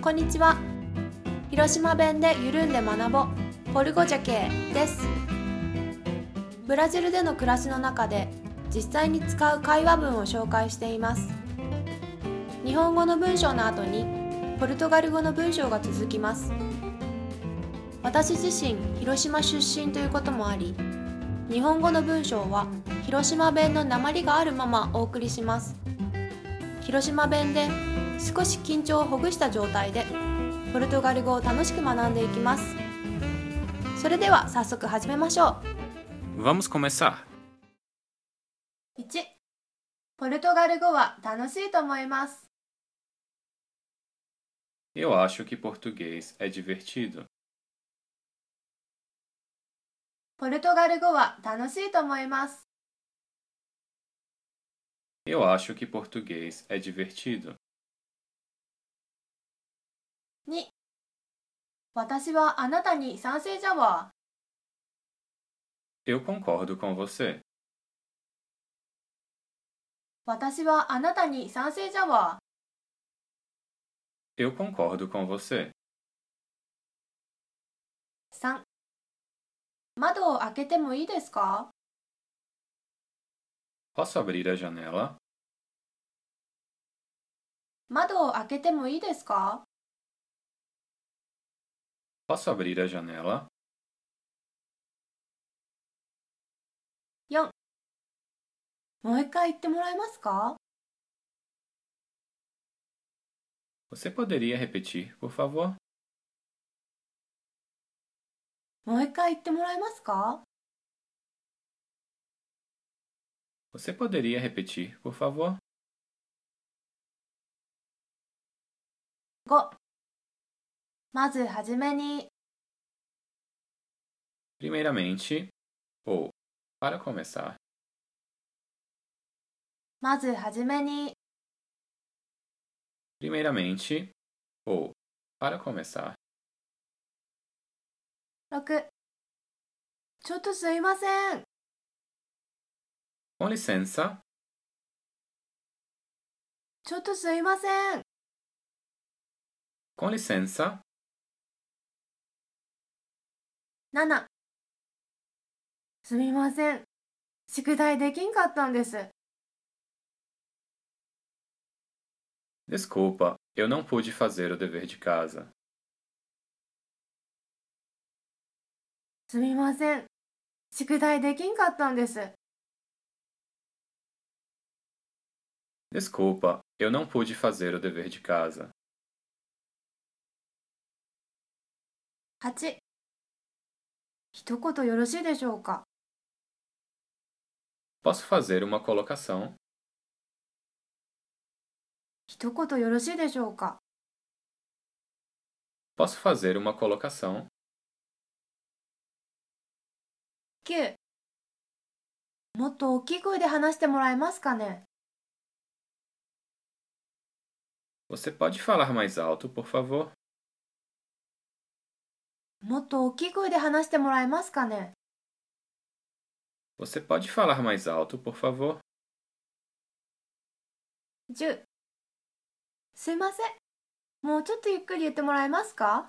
こんにちは広島弁でゆるんで学ぼうポルゴジャケですブラジルでの暮らしの中で実際に使う会話文を紹介しています日本語の文章の後にポルトガル語の文章が続きます私自身広島出身ということもあり日本語の文章は広島弁の鉛があるままお送りします広島弁で少し緊張をほぐした状態でポルトガル語を楽しく学んでいきますそれでは早速始めましょう Vamos começar. 1ポルトガル語は楽しいと思います Eu acho que português é divertido. ポルトガル語は楽しいと思います Eu acho que português é divertido. 2私はあなたに賛成じゃわ Eu concordo com você. 私はあなたに賛成じゃわ Eu concordo com você. 3窓を開けてもいいですか Posso abrir a janela? 窓を開けてもいいですか Posso abrir a janela? もう一回言ってもらえますか Você poderia repetir, por favor? もう一回言ってもらえますか Você poderia repetir, por favor? 5まずはじめに Primeiramente, ou para começar, まずはじめに primeiramente, ou para começar, 6ちょっとすいません com licença, ちょっとすいません com licença, 7すみません宿題できんかったんです desculpa, eu não pude fazer o dever de casa. すみません宿題できんかったんです Desculpa, eu não pude fazer o dever de casa. 8一言よろしいでしょうか Posso fazer uma colocação? 一言よろしいでしょうか Posso fazer uma colocação? 9もっと大きい声で話してもらえますかね Você pode falar mais alto, por favor? もっと大きい声で話してもらえますかね Você pode falar mais alto, por favor? 10すいませんもうちょっとゆっくり言ってもらえますか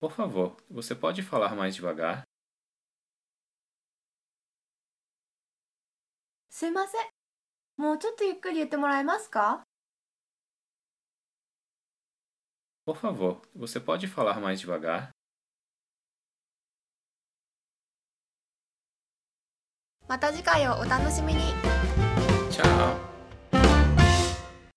Por favor, você pode falar mais devagar? すいませんもうちょっとゆっくり言ってもらえますか Por favor, você pode falar mais devagar? また次回をお楽しみに Tchau!